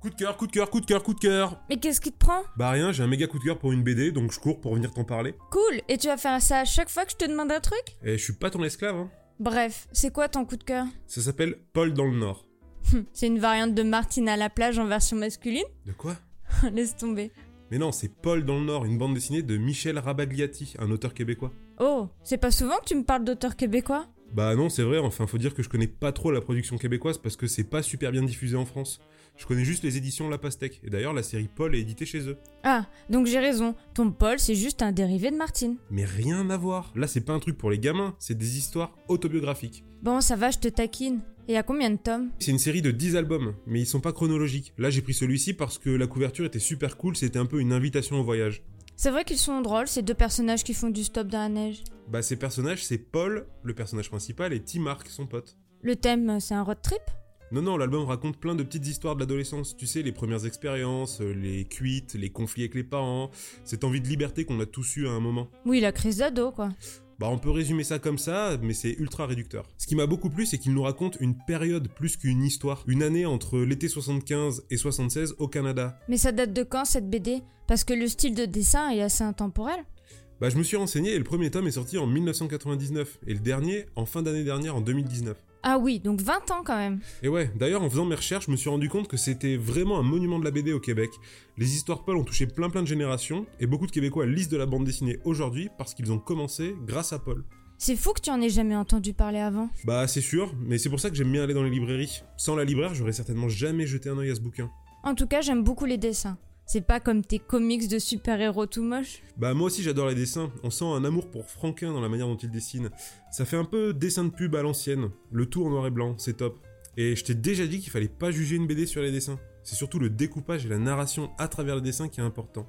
Coup de cœur, coup de cœur, coup de cœur, coup de cœur. Mais qu'est-ce qui te prend Bah rien, j'ai un méga coup de cœur pour une BD, donc je cours pour venir t'en parler. Cool Et tu vas faire ça à chaque fois que je te demande un truc Et je suis pas ton esclave, hein. Bref, c'est quoi ton coup de cœur Ça s'appelle Paul dans le Nord. Hum, C'est une variante de Martine à la plage en version masculine De quoi Laisse tomber. Mais non, c'est Paul dans le Nord, une bande dessinée de Michel Rabagliati, un auteur québécois. Oh, c'est pas souvent que tu me parles d'auteurs québécois Bah non, c'est vrai, enfin faut dire que je connais pas trop la production québécoise parce que c'est pas super bien diffusé en France. Je connais juste les éditions La Pastèque, et d'ailleurs la série Paul est éditée chez eux. Ah, donc j'ai raison, ton Paul c'est juste un dérivé de Martine. Mais rien à voir, là c'est pas un truc pour les gamins, c'est des histoires autobiographiques. Bon, ça va, je te taquine. Et à combien de tomes C'est une série de 10 albums, mais ils sont pas chronologiques. Là j'ai pris celui-ci parce que la couverture était super cool, c'était un peu une invitation au voyage. C'est vrai qu'ils sont drôles, ces deux personnages qui font du stop dans la neige. Bah ces personnages, c'est Paul, le personnage principal, et Tim Mark, son pote. Le thème, c'est un road trip Non, non, l'album raconte plein de petites histoires de l'adolescence. Tu sais, les premières expériences, euh, les cuites, les conflits avec les parents, cette envie de liberté qu'on a tous eu à un moment. Oui, la crise d'ado, quoi. Bah, on peut résumer ça comme ça, mais c'est ultra réducteur. Ce qui m'a beaucoup plu, c'est qu'il nous raconte une période plus qu'une histoire. Une année entre l'été 75 et 76 au Canada. Mais ça date de quand cette BD Parce que le style de dessin est assez intemporel. Bah, je me suis renseigné et le premier tome est sorti en 1999 et le dernier en fin d'année dernière en 2019. Ah oui, donc 20 ans quand même. Et ouais, d'ailleurs en faisant mes recherches, je me suis rendu compte que c'était vraiment un monument de la BD au Québec. Les histoires Paul ont touché plein plein de générations, et beaucoup de Québécois lisent de la bande dessinée aujourd'hui parce qu'ils ont commencé grâce à Paul. C'est fou que tu en aies jamais entendu parler avant. Bah c'est sûr, mais c'est pour ça que j'aime bien aller dans les librairies. Sans la libraire, j'aurais certainement jamais jeté un oeil à ce bouquin. En tout cas, j'aime beaucoup les dessins. C'est pas comme tes comics de super-héros tout moches. Bah moi aussi j'adore les dessins, on sent un amour pour Franquin dans la manière dont il dessine. Ça fait un peu dessin de pub à l'ancienne, le tout en noir et blanc, c'est top. Et je t'ai déjà dit qu'il fallait pas juger une BD sur les dessins. C'est surtout le découpage et la narration à travers les dessins qui est important.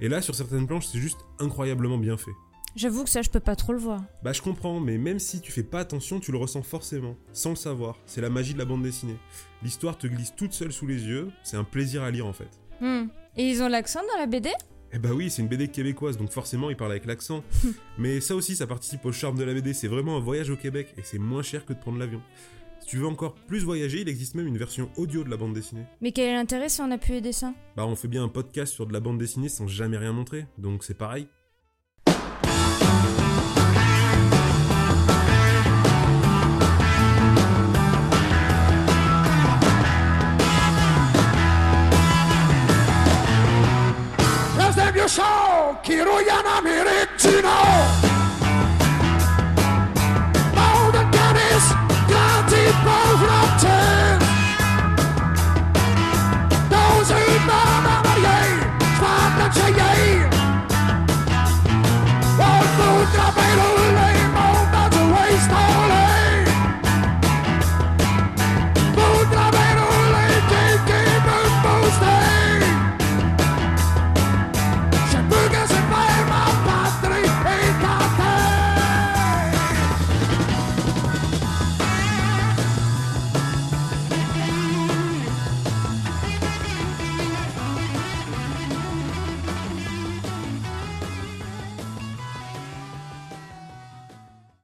Et là sur certaines planches c'est juste incroyablement bien fait. J'avoue que ça, je peux pas trop le voir. Bah je comprends, mais même si tu fais pas attention, tu le ressens forcément, sans le savoir. C'est la magie de la bande dessinée. L'histoire te glisse toute seule sous les yeux, c'est un plaisir à lire en fait. Hmm. Et ils ont l'accent dans la BD Eh bah oui, c'est une BD québécoise, donc forcément il parle avec l'accent. Mais ça aussi, ça participe au charme de la BD, c'est vraiment un voyage au Québec, et c'est moins cher que de prendre l'avion. Si tu veux encore plus voyager, il existe même une version audio de la bande dessinée. Mais quel est l'intérêt si on appuie les dessins Bah on fait bien un podcast sur de la bande dessinée sans jamais rien montrer, donc c'est pareil. Los de Bichon qui rouillent en Amérique du Nord.